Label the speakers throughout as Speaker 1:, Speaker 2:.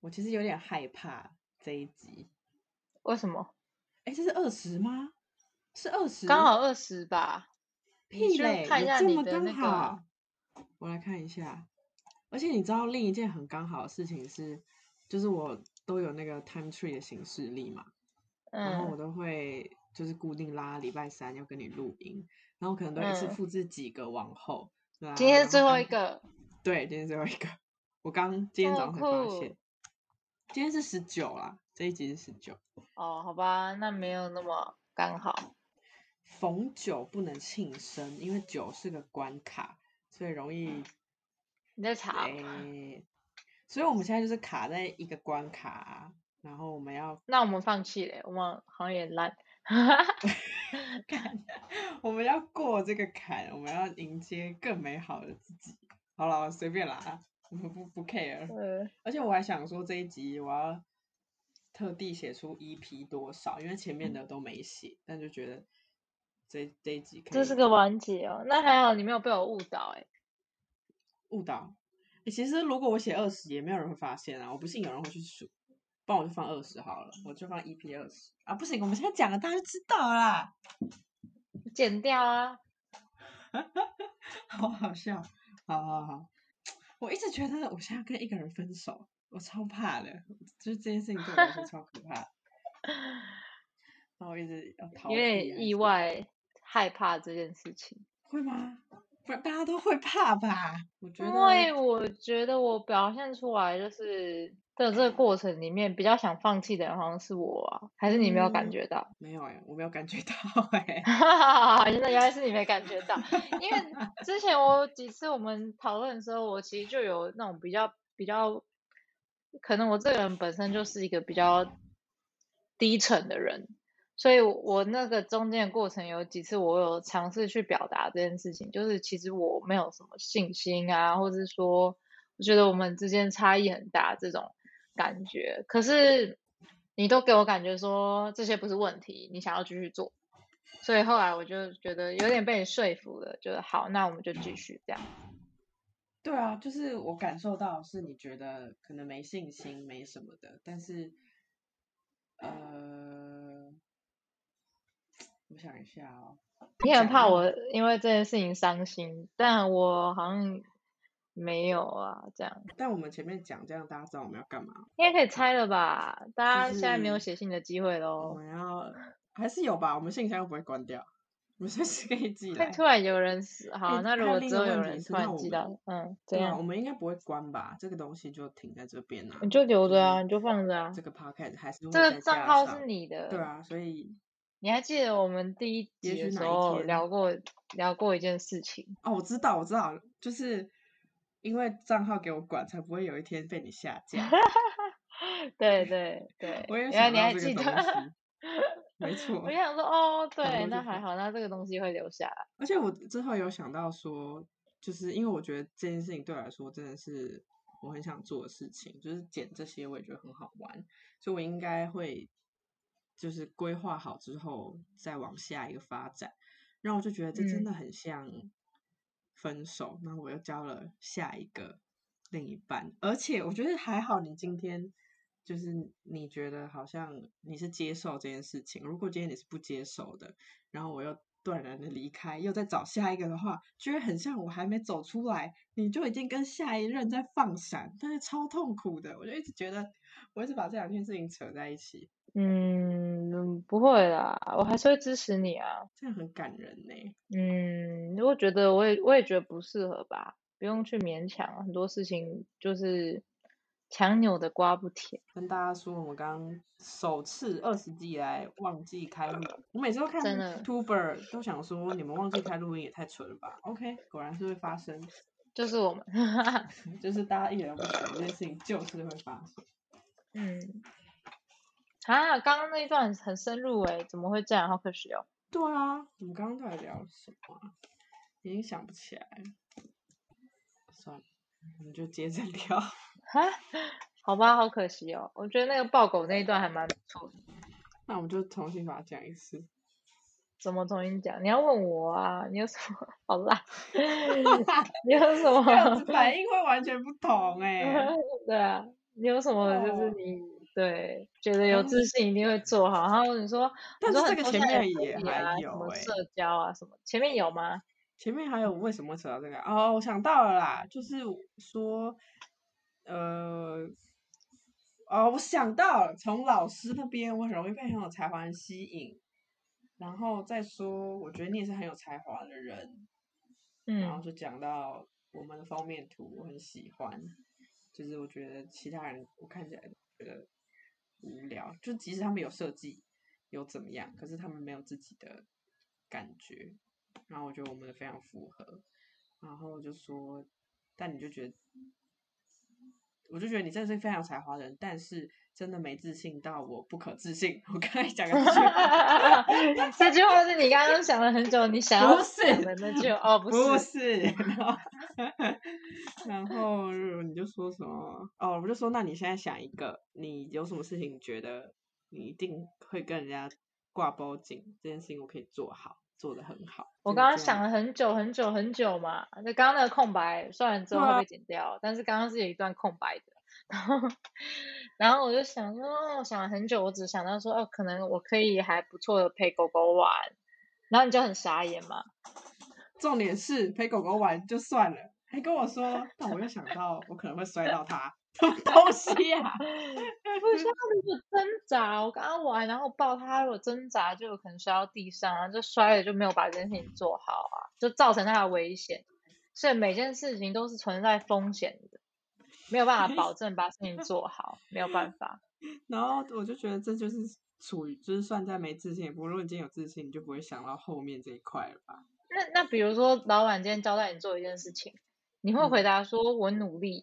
Speaker 1: 我其实有点害怕这一集。
Speaker 2: 为什么？
Speaker 1: 哎，这是二十吗？是二十？
Speaker 2: 刚好二十吧。你
Speaker 1: 屁
Speaker 2: 去
Speaker 1: 嘞，
Speaker 2: 看一
Speaker 1: 有
Speaker 2: 下
Speaker 1: 这
Speaker 2: 你
Speaker 1: 么
Speaker 2: 的
Speaker 1: 刚
Speaker 2: 那个
Speaker 1: 好。我来看一下，而且你知道另一件很刚好的事情是，就是我都有那个 time tree 的行事历嘛，然后我
Speaker 2: 嗯，
Speaker 1: 都会就是固定拉礼拜三要跟你录音，然后可能都一次
Speaker 2: 嗯
Speaker 1: 复制几个往后。对啊
Speaker 2: 今天
Speaker 1: 然
Speaker 2: 是
Speaker 1: 后
Speaker 2: 最后
Speaker 1: 刚
Speaker 2: 一个，
Speaker 1: 对，今天最后一个，我刚今天
Speaker 2: 好
Speaker 1: 早上才发
Speaker 2: 酷
Speaker 1: 现，今天是十九啦，这一集是十九，
Speaker 2: 哦，好吧，那没有那么刚好。
Speaker 1: 逢九不能庆生，因为九是个关卡，所以容
Speaker 2: 嗯
Speaker 1: 易
Speaker 2: 你在查哦？
Speaker 1: 诶，所以我们现在就是卡在一个关卡啊，然后我们要
Speaker 2: 那我们放弃嘞，我们好像也烂。
Speaker 1: 看，我们要过这个坎，我们要迎接更美好的自己。好了，随便啦，我们不不 care。
Speaker 2: 呃，
Speaker 1: 而且我还想说这一集我要特地写出 EP 多少，因为前
Speaker 2: 嗯
Speaker 1: 面的都没写，但就觉得这这一集可以
Speaker 2: 这是个完结哦。那还好你没有被我误导哎。
Speaker 1: 误导。欸其实如果我写二十，也没有人会发现啊。我不信有人会去数，不然我就放二十好了，我就放 EP 二十啊。不行，我们现在讲了，大家就知道了啦，
Speaker 2: 剪掉啊！
Speaker 1: 好好笑。好好好，我一直觉得我现在要跟一个人分手，我超怕的，就是这件事情对我来说超可怕 的。然后我一直要逃避啊
Speaker 2: 有
Speaker 1: 还是
Speaker 2: 点意，外，害怕这件事情。
Speaker 1: 会吗？不然大家都会怕吧？我觉
Speaker 2: 因为
Speaker 1: 得
Speaker 2: 我觉得我表现出来就是在这个过程里面比较想放弃的人好像是我啊，还是你没有
Speaker 1: 嗯
Speaker 2: 感觉到？
Speaker 1: 没有哎、我没有感觉到哎、
Speaker 2: 哈， 真的原来是你没感觉到，因为之前我几次我们讨论的时候，我其实就有那种比较比较，可能我这个人本身就是一个比较低沉的人，所以我我那个中间的过程有几次我有尝试去表达这件事情，就是其实我没有什么信心啊，或是说我觉得我们之间差异很大这种感觉，可是你都给我感觉说这些不是问题，你想要继续做。所以后来我就觉得有点被你说服了，就是好，那我们就继续这样。
Speaker 1: 对啊，就是我感受到是你觉得可能没信心、没什么的，但是，呃，我想一下哦，
Speaker 2: 你很
Speaker 1: 讲
Speaker 2: 怕
Speaker 1: 到
Speaker 2: 我因为这件事情伤心，但我好像没有啊，这样
Speaker 1: 但我们前面讲这样，大家知道我们要干嘛？
Speaker 2: 应该可以猜了吧？大家现在没有
Speaker 1: 是
Speaker 2: 写信的机会
Speaker 1: 我
Speaker 2: 喽，
Speaker 1: 们要还是有吧？我们信箱又不会关掉，我们随时可以寄
Speaker 2: 会
Speaker 1: 来。
Speaker 2: 突然有人死好，
Speaker 1: 哎
Speaker 2: 那如
Speaker 1: 还有
Speaker 2: 果
Speaker 1: 另一个
Speaker 2: 之后有
Speaker 1: 问题
Speaker 2: 人
Speaker 1: 是
Speaker 2: 突
Speaker 1: 那
Speaker 2: 然
Speaker 1: 我
Speaker 2: 记
Speaker 1: 们
Speaker 2: 到，嗯，怎
Speaker 1: 对啊，
Speaker 2: 样
Speaker 1: 我？们应该不会关吧？这个东西就停在这边啊，
Speaker 2: 你就留
Speaker 1: 就
Speaker 2: 着啊，
Speaker 1: 是
Speaker 2: 你就放着啊
Speaker 1: 这。个 podcast 还是会
Speaker 2: 这
Speaker 1: 在
Speaker 2: 个账
Speaker 1: 架
Speaker 2: 号
Speaker 1: 上
Speaker 2: 是你的，
Speaker 1: 对啊，所以
Speaker 2: 你还记得我们第一
Speaker 1: 也
Speaker 2: 集的
Speaker 1: 许
Speaker 2: 时
Speaker 1: 哪一
Speaker 2: 候
Speaker 1: 天
Speaker 2: 聊过聊过一件事情？
Speaker 1: 哦，我知道，我知道，就是因为账号给我管，才不会有一天被你下 架。
Speaker 2: 对对对，
Speaker 1: 我也
Speaker 2: 原来
Speaker 1: 想
Speaker 2: 你
Speaker 1: 到
Speaker 2: 还
Speaker 1: 这个
Speaker 2: 记
Speaker 1: 东
Speaker 2: 得。
Speaker 1: 西，没错
Speaker 2: 我就。想说，哦，
Speaker 1: 想
Speaker 2: 对，
Speaker 1: 说
Speaker 2: 那
Speaker 1: 就
Speaker 2: 还
Speaker 1: 是
Speaker 2: 好，那这个东西会留下来。
Speaker 1: 而且我之后有想到说，就是因为我觉得这件事情对我来说真的是我很想做的事情，就是剪这些我也觉得很好玩，所以我应该会就是规划好之后再往下一个发展。然后我就觉得这真
Speaker 2: 嗯
Speaker 1: 的很像分手，那我又交了下一个另一半，而且我觉得还好，你今天就是你觉得好像你是接受这件事情，如果今天你是不接受的，然后我又断然的离开，又再找下一个的话，就会很像我还没走出来，你就已经跟下一任在放闪，但是超痛苦的。我就一直觉得，我一直把这两件事情扯在一起，
Speaker 2: 嗯，不会啦，我还是会支持你啊。
Speaker 1: 这样很感人呢、
Speaker 2: 嗯，如果觉得我也我也觉得不适合吧，不用去勉强，很多事情就是强扭的瓜不甜。
Speaker 1: 跟大家说，我们刚刚首次二十集以来忘记开录，我每次都看
Speaker 2: 真的
Speaker 1: Tuber 都想说，你们忘记开录音也太蠢了吧？OK，果然是会发生，
Speaker 2: 就是我们，
Speaker 1: 就是大家一点都不蠢，这件事情就是会发生。
Speaker 2: 嗯，啊，刚刚那一段很深入诶，怎么会这样？好可惜哦。
Speaker 1: 对啊，我们刚刚到底聊了什么啊、已经想不起来了。算了，我们就接着聊。
Speaker 2: 哈，好吧，好可惜哦。我觉得那个抱狗那一段还蛮不错的。
Speaker 1: 那我们就重新把它讲一 次。
Speaker 2: 怎么重新讲？你要问我啊，你有什么好 啦？你有什
Speaker 1: 这样
Speaker 2: 么
Speaker 1: 子？反应会完全不同哎、
Speaker 2: 对啊，你有什么就是
Speaker 1: 哦
Speaker 2: 你对觉得有
Speaker 1: 嗯
Speaker 2: 自信一定会做好，然后你说，
Speaker 1: 但
Speaker 2: 你
Speaker 1: 是
Speaker 2: 说
Speaker 1: 这
Speaker 2: 很
Speaker 1: 个
Speaker 2: 多
Speaker 1: 前
Speaker 2: 现在
Speaker 1: 面
Speaker 2: 可
Speaker 1: 也
Speaker 2: 以
Speaker 1: 还
Speaker 2: 啊，什
Speaker 1: 有
Speaker 2: 么嗯
Speaker 1: 欸
Speaker 2: 社交啊什么，前面有吗？
Speaker 1: 前面还有为什么扯到这个？哦，我想到了啦，就是说，呃，哦，我想到了，从老师那边我很容易被很有才华人吸引，然后再说，我觉得你也是很有才华的人，然后
Speaker 2: 嗯
Speaker 1: 就讲到我们的封面图，我很喜欢，就是我觉得其他人我看起来都觉得无聊，就即使他们有设计，有怎么样，可是他们没有自己的感觉，然后我觉得我们的非常符合，然后我就说，但你就觉得。我就觉得你真的是非常有才华的人，但是真的没自信到我不可置信。 我刚才讲的这句话
Speaker 2: 这句话是你刚刚想了很久，你想
Speaker 1: 不
Speaker 2: 要讲
Speaker 1: 是
Speaker 2: 的那句哦，不
Speaker 1: 不
Speaker 2: 是，
Speaker 1: 是，然 后然后你就说什么？哦，我就说，那你现在想一个，你有什么事情你觉得你一定会跟人家挂包紧这件事情，我可以做好，做得很好。
Speaker 2: 我
Speaker 1: 就
Speaker 2: 刚刚
Speaker 1: 这
Speaker 2: 想
Speaker 1: 样
Speaker 2: 了很久很久很久嘛，那刚刚那个空白虽然之后
Speaker 1: 对
Speaker 2: 会
Speaker 1: 啊
Speaker 2: 被剪掉，但是刚刚是有一段空白的。然后，然后我就想说，哦我想了很久，我只想到说，哦，可能我可以还不错的陪狗狗玩，然后你就很傻眼嘛。
Speaker 1: 重点是陪狗狗玩就算了，还跟我说，但我又想到我可能会摔到 它，什么东西啊呀、
Speaker 2: 不
Speaker 1: 嗯
Speaker 2: 是，他如果挣扎，我跟他玩，然后抱他，如果挣扎就有可能摔到地上啊，就摔了就没有把这件事情做好啊，就造成他的危险。所以每件事情都是存在风险的，没有办法保证把事情做好，没有办法。
Speaker 1: 然后我就觉得这就是处于，就是算在没自信，也不如果你今天有自信，你就不会想到后面这一块了吧。
Speaker 2: 那那比如说，老板今天交代你做一件事情，你会
Speaker 1: 嗯
Speaker 2: 回答说我努力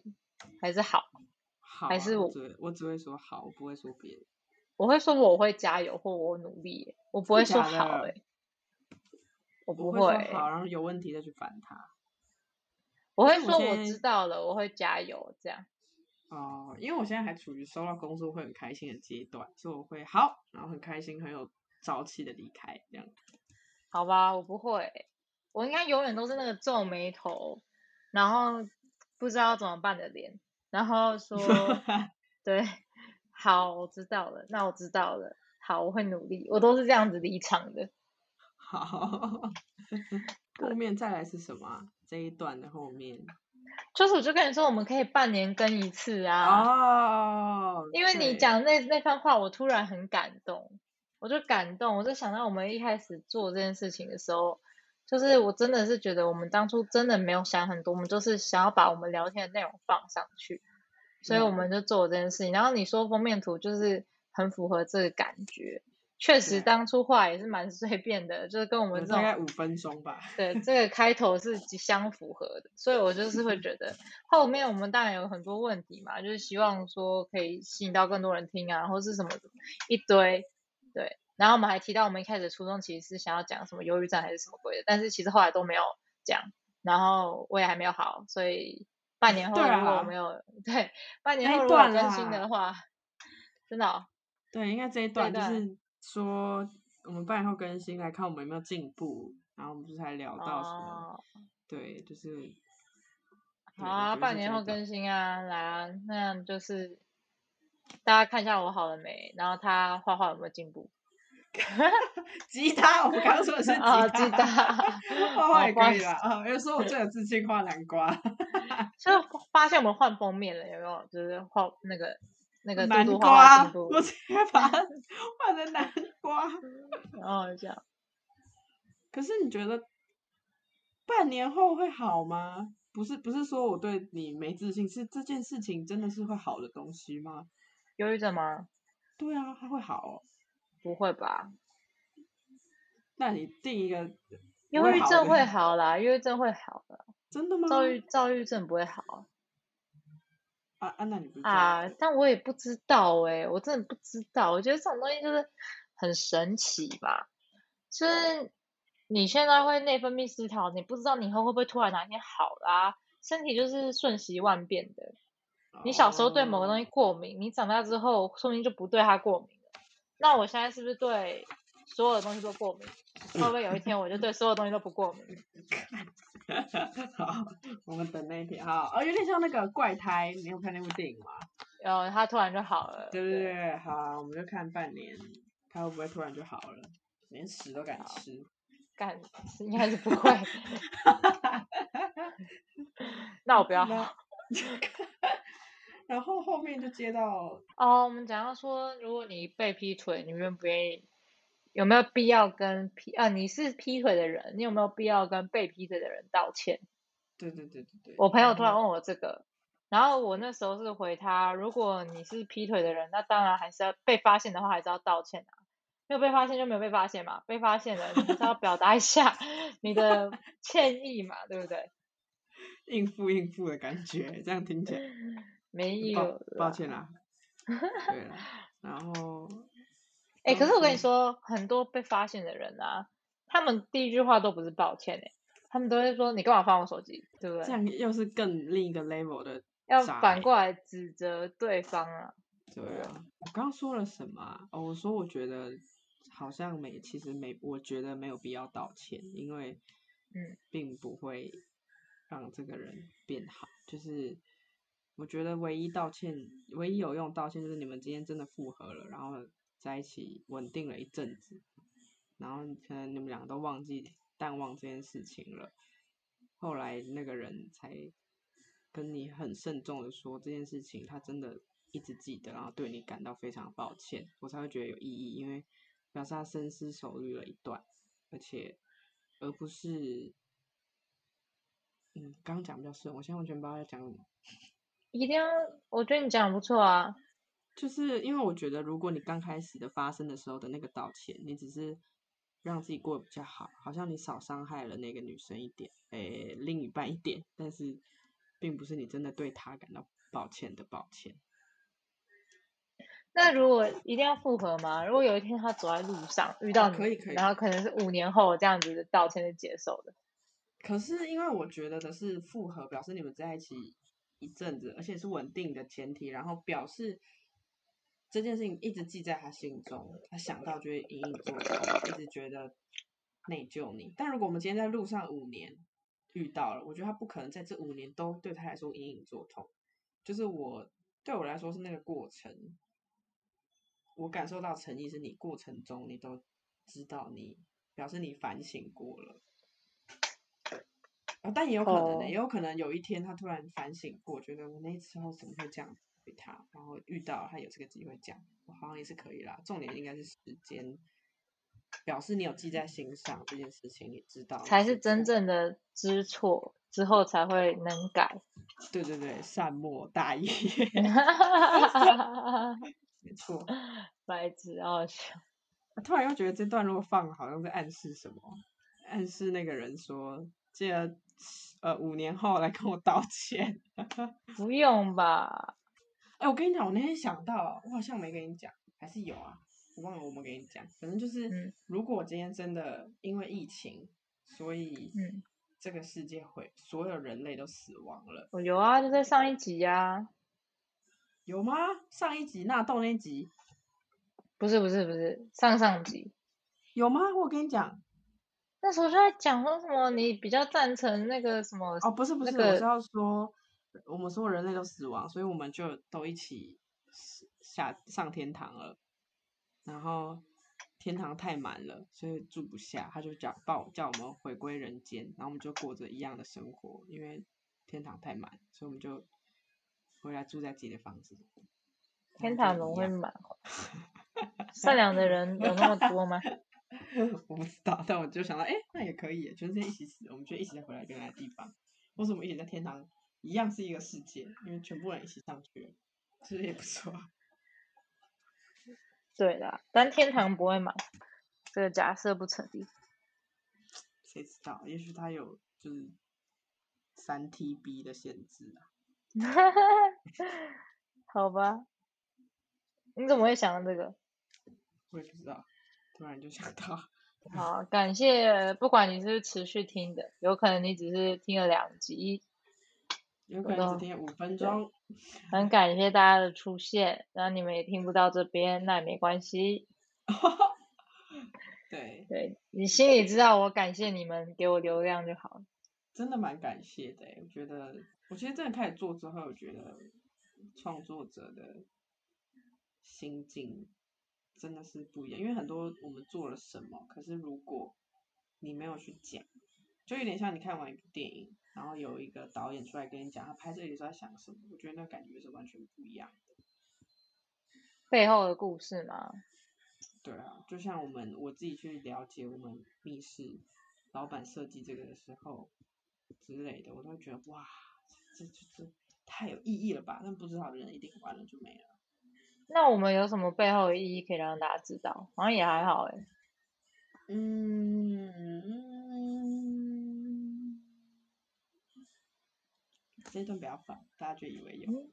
Speaker 2: 还是好？
Speaker 1: 好、啊，
Speaker 2: 还是
Speaker 1: 我
Speaker 2: 我
Speaker 1: 只会我只会说好，我不会说别的。
Speaker 2: 我会说我会加油或我努力耶，我
Speaker 1: 真
Speaker 2: 不会
Speaker 1: 的
Speaker 2: 说
Speaker 1: 假
Speaker 2: 好
Speaker 1: 的
Speaker 2: 诶，
Speaker 1: 我
Speaker 2: 我不
Speaker 1: 会说
Speaker 2: 会，欸
Speaker 1: 好，然后有问题再去烦他。
Speaker 2: 我会
Speaker 1: 因为我
Speaker 2: 说我
Speaker 1: 现
Speaker 2: 知
Speaker 1: 在
Speaker 2: 道了，我会加油这样。
Speaker 1: 哦、因为我现在还处于收到工作会很开心的阶段，所以我会好，然后很开心，很有朝气的离开这样。
Speaker 2: 好吧，我不会，我应该永远都是那个皱眉头，然后不知道怎么办的脸，然 后说对，好，我知道了，那我知道了，好，我会努力，我都是这样子离场的。
Speaker 1: 好，后面再来是什么啊、这一段的后面
Speaker 2: 就是我就跟你说，我们可以半年更一次啊，
Speaker 1: 哦，
Speaker 2: 因为你
Speaker 1: 对，
Speaker 2: 讲那那番话，我突然很感动，我就感动，我就想到我们一开始做这件事情的时候，就是我真的是觉得我们当初真的没有想很多，我们就是想要把我们聊天的内容放上去，所以我
Speaker 1: 嗯
Speaker 2: 们就做了这件事情。然后你说封面图就是很符合这个感觉，确
Speaker 1: 对
Speaker 2: 实当初话也是蛮随便的，就是跟我们
Speaker 1: 有
Speaker 2: 这
Speaker 1: 大
Speaker 2: 种
Speaker 1: 概五分钟吧。
Speaker 2: 对，这个开头是极相符合的，所以我就是会觉得后面我们当然有很多问题嘛，就是希望说可以吸引到更多人听啊，或是什么一堆，对。然后我们还提到我们一开始初衷其实是想要讲什么忧郁症还是什么鬼的，但是其实后来都没有讲，然后我也还没有好，所以半年后
Speaker 1: 对
Speaker 2: 如果我
Speaker 1: 啊
Speaker 2: 没有对半年
Speaker 1: 那一
Speaker 2: 后如果有
Speaker 1: 段
Speaker 2: 更新的
Speaker 1: 啦
Speaker 2: 话，真的哦、
Speaker 1: 对，应该这一
Speaker 2: 这
Speaker 1: 段
Speaker 2: 一
Speaker 1: 就
Speaker 2: 段
Speaker 1: 是说我们半年后更新，来看我们有没有进步。然后我们就是还聊到什么
Speaker 2: 哦
Speaker 1: 对， 就是
Speaker 2: 好啊，半年后
Speaker 1: 跟
Speaker 2: 更新啊，来啊，那样就是大家看一下我好了没，然后他画画有没有进步？
Speaker 1: 吉他，我们刚刚说的是吉
Speaker 2: 啊，记得，
Speaker 1: 画画
Speaker 2: 哦
Speaker 1: 也
Speaker 2: 不好
Speaker 1: 可
Speaker 2: 意
Speaker 1: 以啦。啊，又说我最有自信画南瓜，
Speaker 2: 就发现我们换封面了，有没有？就是画那个那个嘟
Speaker 1: 南
Speaker 2: 嘟画画
Speaker 1: 瓜
Speaker 2: 进，步
Speaker 1: 我，直接把它画成南瓜。
Speaker 2: 然后哦这样。
Speaker 1: 可是你觉得半年后会好吗？不是，不是说我对你没自信，是这件事情真的是会好的东西吗？
Speaker 2: 忧郁症吗？
Speaker 1: 对啊，它会好哦。
Speaker 2: 不会吧？
Speaker 1: 那你定一个不
Speaker 2: 忧
Speaker 1: 会
Speaker 2: 郁
Speaker 1: 好
Speaker 2: 症
Speaker 1: 的
Speaker 2: 会好啦，忧郁症会好的，
Speaker 1: 真的吗？
Speaker 2: 躁郁躁郁症不会好
Speaker 1: 啊啊，那你不是这样
Speaker 2: 啊。
Speaker 1: 子
Speaker 2: 但我也不知道诶、我真的不知道。我觉得这种东西就是很神奇吧。就是你现在会内分泌失调，你不知道你以后会不会突然哪一天好啦、身体就是瞬息万变的。你小时候对某个东西
Speaker 1: 哦
Speaker 2: 过敏，你长大之后说不定就不对它过敏了。那我现在是不是对所有的东西都过 敏？会不会有一天我就对所有东西都不过敏？
Speaker 1: 好，我们等那一天哈，哦，有点像那个怪胎，你有看那部电影吗？
Speaker 2: 然后他突然就好了。
Speaker 1: 对对对，好啊，我们就看半年他会不会突然就好了，连屎都敢吃。
Speaker 2: 干应该是不会。 那我不要好。
Speaker 1: 那 然后后面就接到
Speaker 2: 哦，我们讲到说，如果你被劈腿，你愿不愿意？有没有必要跟劈啊？你是劈腿的人，你有没有必要跟被劈腿的人道歉？
Speaker 1: 对对对对对，
Speaker 2: 我朋友突然
Speaker 1: 后
Speaker 2: 问我这个，然后我那时候是回他，如果你是劈腿的人，那当然还是要被发现的话，还是要道歉啊。没有被发现就没有被发现嘛，被发现了你还是要表达一下 你的歉意嘛，对不对？
Speaker 1: 应付应付的感觉，这样听起来
Speaker 2: 没有
Speaker 1: 抱抱
Speaker 2: 啦，
Speaker 1: 歉啦，对啦，然后
Speaker 2: 哎、可是我跟你
Speaker 1: 嗯
Speaker 2: 说，很多被发现的人啊，他们第一句话都不是抱歉哎、他们都会说你干嘛翻我手机，对不
Speaker 1: 这
Speaker 2: 对？
Speaker 1: 样又是更另一个 level 的
Speaker 2: 要
Speaker 1: 渣欸
Speaker 2: 反过来指责对方啊，
Speaker 1: 对
Speaker 2: 对
Speaker 1: 啊，我刚刚说了什么啊、哦，我说我觉得好像没，其实没，我觉得没有必要道歉，因为
Speaker 2: 嗯，
Speaker 1: 并不会让这个人变好。就是我觉得唯一道歉，唯一有用的道歉就是你们今天真的复合了，然后在一起稳定了一阵子，然后可能你们两个都忘记淡忘这件事情了，后来那个人才跟你很慎重的说这件事情，他真的一直记得，然后对你感到非常抱歉，我才会觉得有意义，因为表示他深思熟虑了一段，而且而不是。嗯，刚刚讲比较顺，我现在完全不知道要讲什么。
Speaker 2: 一定要，我觉得你讲得不错啊，
Speaker 1: 就是因为我觉得，如果你刚开始的发生的时候的那个道歉，你只是让自己过得比较好，好像你少伤害了那个女生一点，诶、另一半一点，但是并不是你真的对她感到抱歉的抱歉。
Speaker 2: 那如果一定要复合吗？如果有一天他走在路上遇到
Speaker 1: 哦
Speaker 2: 你，
Speaker 1: 可以可以
Speaker 2: 然后可能是五年后这样子的道歉是接受的，
Speaker 1: 可是因为我觉得的是复合，表示你们在一起一阵子，而且是稳定的前提，然后表示这件事情一直记在他心中，他想到就会隐隐作痛，一直觉得内疚你。但如果我们今天在路上五年遇到了，我觉得他不可能在这五年都对他来说隐隐作痛，就是我对我来说是那个过程，我感受到诚意是你过程中你都知道你表示你反省过了。啊，但也有可能的、
Speaker 2: 哦
Speaker 1: 也有可能有一天他突然反省过，觉得我那时候怎么会这样对他，然后遇到他有这个机会讲，我好像也是可以啦。重点应该是时间，表示你有记在心上这件事情，你知道
Speaker 2: 才是
Speaker 1: 正。
Speaker 2: 真正的知错之后才会能 改。
Speaker 1: 对对对，善莫大焉，没错。
Speaker 2: 白痴哦，笑
Speaker 1: 突然又觉得这段如果放，好像在暗示什么，暗示那个人说，记得呃五年后来跟我道歉。
Speaker 2: 不用吧？
Speaker 1: 哎，我跟你讲，我那天想到，我好像没跟你讲，还是有啊，我忘了我没跟你讲。反正就是，
Speaker 2: 嗯
Speaker 1: 如果今天真的因为疫情，所以
Speaker 2: 嗯，
Speaker 1: 这个世界会所有人类都死亡了，
Speaker 2: 我有啊，就在上一集呀、
Speaker 1: 有吗？上一集纳豆那一集
Speaker 2: 不是不是不是，上上集。
Speaker 1: 有吗？我跟你讲，
Speaker 2: 那时候就在讲说什么，你比较赞成那个什么
Speaker 1: 哦，不是不
Speaker 2: 那
Speaker 1: 是，我
Speaker 2: 个
Speaker 1: 是要说，我们所有人类都死亡，所以我们就都一起死下上天堂了。然后天堂太满了，所以住不下，他就讲报叫我们回归人间，然后我们就过着一样的生活，因为天堂太满，所以我们就回来住在自己的房子里。
Speaker 2: 天
Speaker 1: 然后就
Speaker 2: 堂怎么
Speaker 1: 一
Speaker 2: 会
Speaker 1: 样
Speaker 2: 满？哦善良的人有那么多吗？
Speaker 1: 我不知道，但我就想到，哎、那也可以耶，全世界一起死，我们就一起再回来原来的地方。为什么一起在天堂一样是一个世界？因为全部人一起上去了，其实也不错啊。
Speaker 2: 对啦，但天堂不会满，这个假设不成立。
Speaker 1: 谁知道？也许他有就是三 TB 的限制啊。
Speaker 2: 好吧，你怎么会想到这个？
Speaker 1: 我也不知道，突然就想到，
Speaker 2: 好，啊感谢，不管你是不是持续听的，有可能你只是听了两集，
Speaker 1: 有可
Speaker 2: 我
Speaker 1: 能
Speaker 2: 都
Speaker 1: 只听五分
Speaker 2: 对
Speaker 1: 钟。
Speaker 2: 很感谢大家的出现，然后你们也听不到这边，那也没关系。
Speaker 1: 对，
Speaker 2: 对你心里知道我感谢你们给我流量就好了。
Speaker 1: 欸真的蛮感谢的耶。我觉得，我其实真的开始做之后，我觉得创作者的心境真的是不一样，因为很多我们做了什么，可是如果你没有去讲，就有点像你看完一部电影，然后有一个导演出来跟你讲他拍这里时候在想什么，我觉得那感觉是完全不一样的。
Speaker 2: 背后的故事吗？
Speaker 1: 对啊，就像我们我自己去了解我们密室老板设计这个的时候之类的，我都会觉得哇，这这这这太有意义了吧！但不知道的人一定玩了就没了。
Speaker 2: 那我们有什么背后的意义可以让大家知道？好像也还好哎、
Speaker 1: 嗯，这一段不要放，大家就以为有。
Speaker 2: 嗯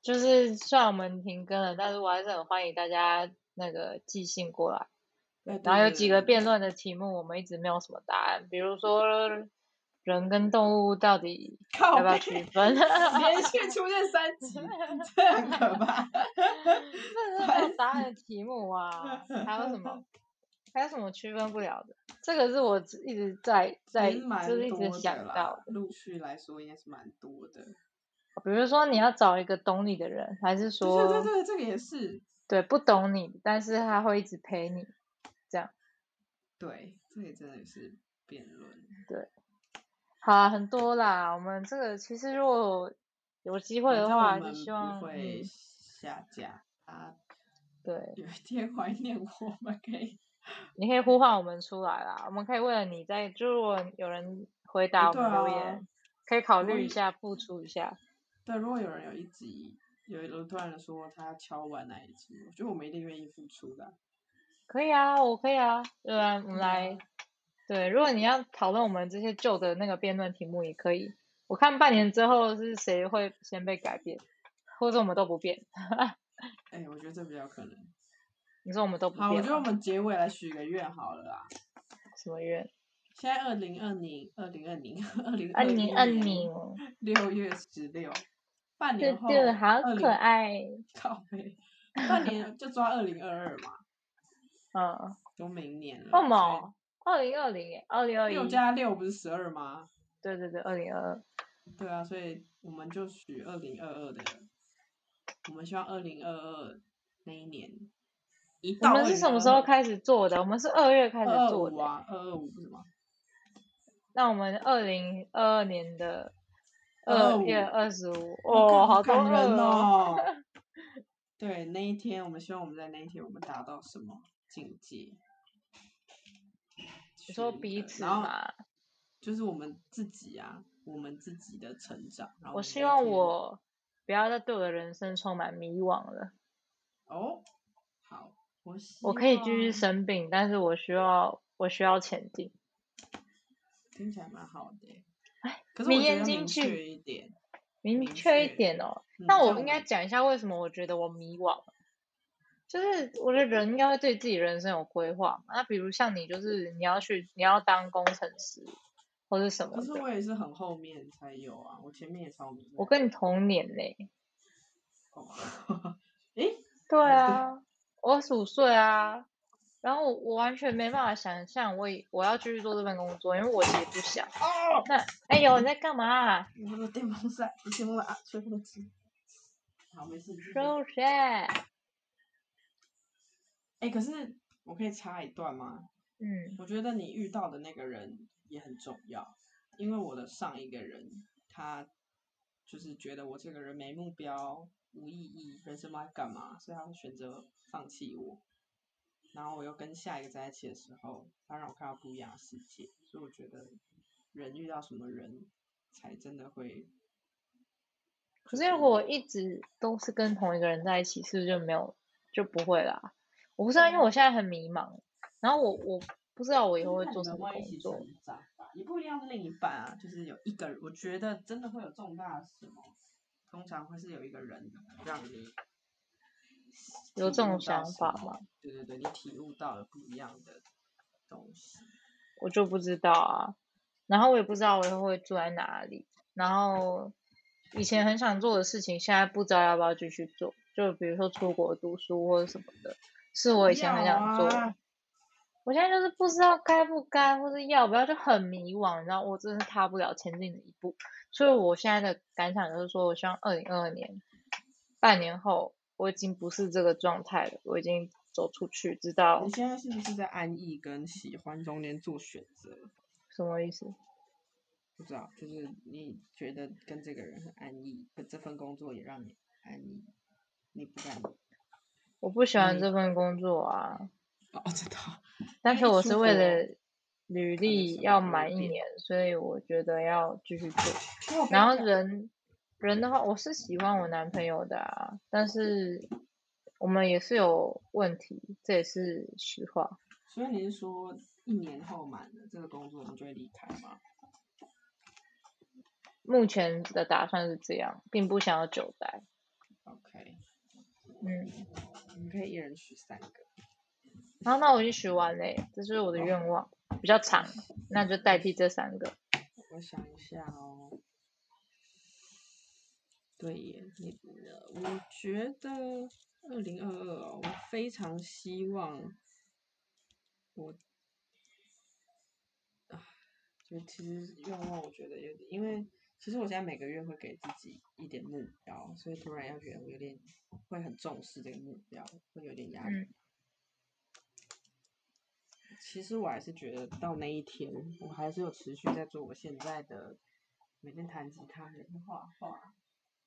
Speaker 2: 就是虽然我们停更了，但是我还是很欢迎大家那个寄信过来。
Speaker 1: 对
Speaker 2: 然后有几个辩
Speaker 1: 论。
Speaker 2: 论的题目，我们一直没有什么答案，比如说人跟动物到底
Speaker 1: 靠
Speaker 2: 要不要
Speaker 1: 背
Speaker 2: 区 分？
Speaker 1: 连续出现三集，这很可 怕。
Speaker 2: 这是没有答案的题目啊！还有什么？还有什么区分不了的？这个是我一直在在，
Speaker 1: 也是蛮
Speaker 2: 就是一
Speaker 1: 多
Speaker 2: 直
Speaker 1: 的
Speaker 2: 想到
Speaker 1: 啦，陆续来说应该是蛮多的。
Speaker 2: 比如说你要找一个懂你的人，还
Speaker 1: 对
Speaker 2: 是说
Speaker 1: 对对对，这个也是，
Speaker 2: 对不懂你，但是他会一直陪你，
Speaker 1: 对，这也真的是辩论。
Speaker 2: 好啊、很多啦。我们这个其实如果有机会
Speaker 1: 反
Speaker 2: 的
Speaker 1: 正
Speaker 2: 话，
Speaker 1: 我
Speaker 2: 就
Speaker 1: 们
Speaker 2: 希
Speaker 1: 不
Speaker 2: 望
Speaker 1: 会
Speaker 2: 嗯
Speaker 1: 下架啊。
Speaker 2: 对，
Speaker 1: 有一天怀念我们可以，
Speaker 2: 你可以呼唤我们出来啦。我们可以为了你在，就如果有人回答我
Speaker 1: 对
Speaker 2: 们留
Speaker 1: 啊
Speaker 2: 言，可以考
Speaker 1: 如果
Speaker 2: 虑一
Speaker 1: 你
Speaker 2: 下，付出一下。
Speaker 1: 对，如果有人有一集有人突然的说他敲完哪一集，我觉得我们一定愿意付出的。
Speaker 2: 可以啊，我可以啊，对啊，我们
Speaker 1: 对
Speaker 2: 来
Speaker 1: 啊，
Speaker 2: 对，如果你要讨论我们这些旧的那个辩论题目也可以，我看半年之后是谁会先被改变，或者我们都不变。
Speaker 1: 哎、我觉得这比较可能。
Speaker 2: 你说我们都不变
Speaker 1: 好，
Speaker 2: 吗，
Speaker 1: 我觉得我们结尾来许个愿好了啦。
Speaker 2: 什么月？
Speaker 1: 现在二零二零二零二零二零
Speaker 2: 按你按你
Speaker 1: 零，哦 六月十六，半
Speaker 2: 对
Speaker 1: 年后
Speaker 2: 对，好可
Speaker 1: 20
Speaker 2: 爱。
Speaker 1: 靠背，半年就抓二零二二嘛，
Speaker 2: 嗯，
Speaker 1: 都明年了。
Speaker 2: 为什么？二零二零耶，二零
Speaker 1: 所
Speaker 2: 二
Speaker 1: 以
Speaker 2: 一，
Speaker 1: 六加六不是十二吗？
Speaker 2: 对对对，二零二二。
Speaker 1: 对啊，所以我们就许二零二二的，我们希望二零二二那一年一
Speaker 2: 我
Speaker 1: 到。
Speaker 2: 们是什么时候？开始做的？我们是二月
Speaker 1: 二
Speaker 2: 开始
Speaker 1: 二
Speaker 2: 做
Speaker 1: 五
Speaker 2: 的。
Speaker 1: 啊，二二五是吗？
Speaker 2: 那我们二零二二年的二
Speaker 1: 225
Speaker 2: 月二十五，
Speaker 1: 哇
Speaker 2: 哦，好多
Speaker 1: 感
Speaker 2: 二
Speaker 1: 人
Speaker 2: 哦。
Speaker 1: 哦。对，那一天我们希望我们在那一天我们达到什么境界？
Speaker 2: 你说
Speaker 1: 取一
Speaker 2: 彼
Speaker 1: 个
Speaker 2: 此
Speaker 1: 然后
Speaker 2: 嘛，
Speaker 1: 就是我们自己啊，我们自己的成长。然后
Speaker 2: 我
Speaker 1: 们
Speaker 2: 希
Speaker 1: 那
Speaker 2: 望
Speaker 1: 天
Speaker 2: 我不要再对我的人生充满迷惘了。
Speaker 1: 哦，好，我希
Speaker 2: 我可以继续
Speaker 1: 望
Speaker 2: 生病，但是我需要我需要前进。
Speaker 1: 听起来蛮好的欸。可是
Speaker 2: 迷
Speaker 1: 我觉
Speaker 2: 恋
Speaker 1: 得
Speaker 2: 金
Speaker 1: 明
Speaker 2: 句
Speaker 1: 确一点。
Speaker 2: 明
Speaker 1: 明
Speaker 2: 确一
Speaker 1: 确
Speaker 2: 点哦。
Speaker 1: 嗯
Speaker 2: 那我
Speaker 1: 像
Speaker 2: 应该讲一下为什么我觉得我迷惘了，就是我觉得人应该会对自己人生有规划嘛。那比如像你，就是你要去你要当工程师或是什么
Speaker 1: 可哦是
Speaker 2: 的。
Speaker 1: 我也是很后面才有啊，我前面也超迷恋。
Speaker 2: 我跟你同年嘞、
Speaker 1: 哦，诶，
Speaker 2: 对
Speaker 1: 对
Speaker 2: 啊，我二十五岁啊。然后我我完全没办法想象我以我要继续做这份工作，因为我其实不想。
Speaker 1: 哦，
Speaker 2: 那哎呦你在干嘛啊、
Speaker 1: 我的电风扇不行了，啊吹风机。好，没事。继续
Speaker 2: 收拾欸。
Speaker 1: 哎，可是我可以插一段吗？
Speaker 2: 嗯，
Speaker 1: 我觉得你遇到的那个人也很重要，因为我的上一个人，他就是觉得我这个人没目标、无意义，人生不知道在干嘛，所以他会选择放弃我。然后我又跟下一个在一起的时候，他让我看到不一样的世界，所以我觉得人遇到什么人，才真的会。
Speaker 2: 可是如果我一直都是跟同一个人在一起，是不是就没有就不会啦？我不知道，因为我现在很迷茫，然后我我不知道我以后会
Speaker 1: 看
Speaker 2: 做
Speaker 1: 你
Speaker 2: 什
Speaker 1: 们
Speaker 2: 么
Speaker 1: 会一
Speaker 2: 工
Speaker 1: 起
Speaker 2: 作
Speaker 1: 成。长吧，也不一定要是另一半啊，就是有一个人，我觉得真的会有重大的什么，通常会是有一个人让你
Speaker 2: 有
Speaker 1: 体
Speaker 2: 这
Speaker 1: 悟
Speaker 2: 种
Speaker 1: 到
Speaker 2: 想
Speaker 1: 什
Speaker 2: 法
Speaker 1: 么
Speaker 2: 吗？
Speaker 1: 对对对，你体悟到了不一样的东西。
Speaker 2: 我就不知道啊。然后我也不知道我以后会住在哪里。然后以前很想做的事情，现在不知道要不要继续做。就比如说出国读书或者什么的，是我以前很想做。
Speaker 1: 要啊
Speaker 2: 我现在就是不知道该不该，或是要不要，就很迷惘，然后我真的是踏不了前进的一步。所以我现在的感想就是说，我希望二零二二年半年后，我已经不是这个状态了，我已经走出去，知道
Speaker 1: 啊你现在是不是在安逸跟喜欢中间做选择？
Speaker 2: 什么意思。
Speaker 1: 不知道，就是你觉得跟这个人很安逸，可这份工作也让你安逸，你不敢
Speaker 2: 我不喜欢
Speaker 1: 嗯
Speaker 2: 这份工作啊，
Speaker 1: 哦，真的 哦，
Speaker 2: 但
Speaker 1: 那
Speaker 2: 是
Speaker 1: 你
Speaker 2: 我
Speaker 1: 出
Speaker 2: 是
Speaker 1: 国
Speaker 2: 为了履
Speaker 1: 看了
Speaker 2: 历
Speaker 1: 什么
Speaker 2: 要
Speaker 1: 优
Speaker 2: 满一
Speaker 1: 点
Speaker 2: 年，所以我觉得要继续做。
Speaker 1: 那我不
Speaker 2: 然
Speaker 1: 要
Speaker 2: 后
Speaker 1: 讲
Speaker 2: 人人的话，我是喜欢我男朋友的啊，但是我们也是有问题，这也是实话。
Speaker 1: 所以你是说一年后满了这个工作你就会离开吗？
Speaker 2: 目前的打算是这样，并不想要久待。
Speaker 1: ？OK，
Speaker 2: 嗯，
Speaker 1: 你可以一人取三个。
Speaker 2: 然后那我已经许完嘞，这是我的
Speaker 1: 好
Speaker 2: 愿望，比较长，那就代替这三个。
Speaker 1: 我想一下哦。对耶，你呃我觉得二零二二哦，我非常希望我啊，就其实愿望我觉得有点，因为其实我现在每个月会给自己一点目标，所以突然要觉得我有点会很重视这个目标，会有点压力。
Speaker 2: 嗯
Speaker 1: 其实我还是觉得到那一天，我还是有持续在做我现在的每天弹吉他、人画画、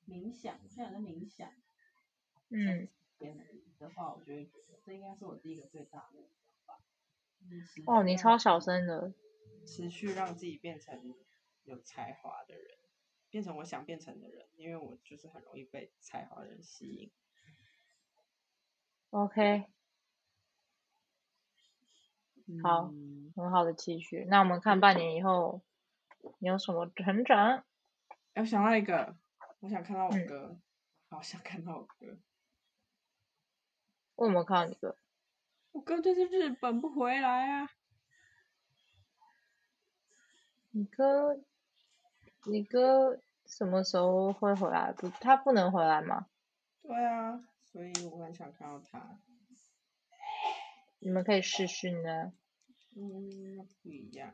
Speaker 1: 冥想。我现在有在冥想，
Speaker 2: 嗯，
Speaker 1: 别人的话，我就会觉得这应该是我第一个最大的目标吧。就是持续
Speaker 2: 哦，你
Speaker 1: 让
Speaker 2: 超小声的，
Speaker 1: 持续让自己变成有才华的人，变成我想变成的人，因为我就是很容易被才华的人吸引。
Speaker 2: OK，好
Speaker 1: 嗯
Speaker 2: 很好的期许。那我们看半年以后你有什么成长？
Speaker 1: 哎我想到一个，我想看到我
Speaker 2: 嗯
Speaker 1: 哥，好想看到我哥。
Speaker 2: 我有没有看到你哥？
Speaker 1: 我哥就是日本不回来啊！
Speaker 2: 你哥，你哥什么时候会回来？不，他不能回来吗？
Speaker 1: 对啊，所以我很想看到他。
Speaker 2: 你们可以试试呢。
Speaker 1: 嗯，不一样。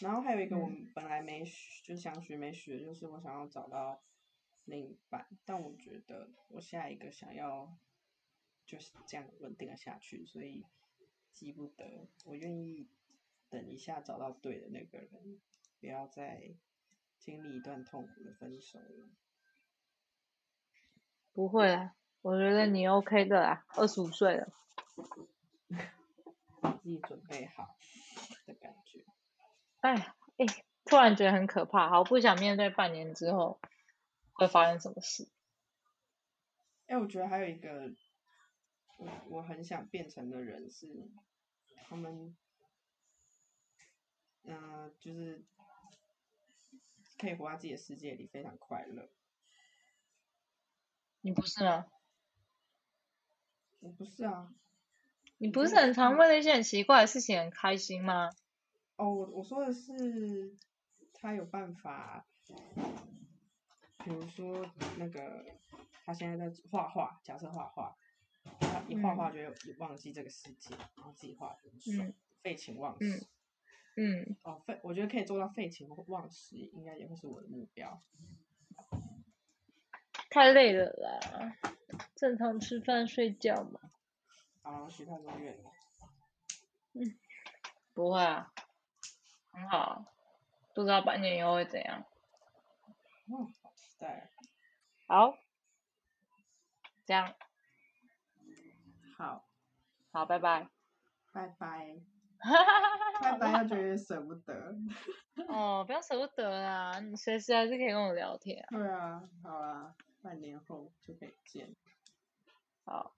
Speaker 1: 然后还有一个我
Speaker 2: 嗯
Speaker 1: 们本来没学，就想学没学，就是我想要找到另一半，但我觉得我下一个想要就是这样稳定的下去，所以急不得。我愿意等一下找到对的那个人，不要再经历一段痛苦的分手了。
Speaker 2: 不会啦，我觉得你 OK 的啦，二十五岁了。
Speaker 1: 把自己准备好的感觉。
Speaker 2: 哎，哎，突然觉得很可怕，好不想面对半年之后会发生什么事。
Speaker 1: 哎、我觉得还有一个我我很想变成的人是，他们，嗯、就是可以活在自己的世界里，非常快乐。
Speaker 2: 你不是吗？
Speaker 1: 我不是啊，
Speaker 2: 你
Speaker 1: 我
Speaker 2: 不
Speaker 1: 觉
Speaker 2: 是
Speaker 1: 得
Speaker 2: 很常为了一些很奇怪的事情很开心吗？
Speaker 1: 哦，我我说的是他有办法，比如说那个他现在在画画，假设画画，他一画画就会忘记这个世界，然后自己画得很爽，
Speaker 2: 嗯
Speaker 1: 废寝忘食。
Speaker 2: 嗯嗯，
Speaker 1: 哦，废，我觉得可以做到废寝忘食，应该也会是我的目标。
Speaker 2: 太累了啦，正常吃饭睡觉嘛。
Speaker 1: 好，许太多愿了。
Speaker 2: 不会啊，很好啊，不知道半年以后会怎样。
Speaker 1: 嗯，好期待。
Speaker 2: 好，这样
Speaker 1: 哦好，
Speaker 2: 好，拜拜。
Speaker 1: 拜拜。拜拜，要觉得有点舍不得。
Speaker 2: 哦，不要舍不得啦，你随时还是可以跟我聊天啊。
Speaker 1: 对啊，好啊，半年后就可以见。
Speaker 2: 好，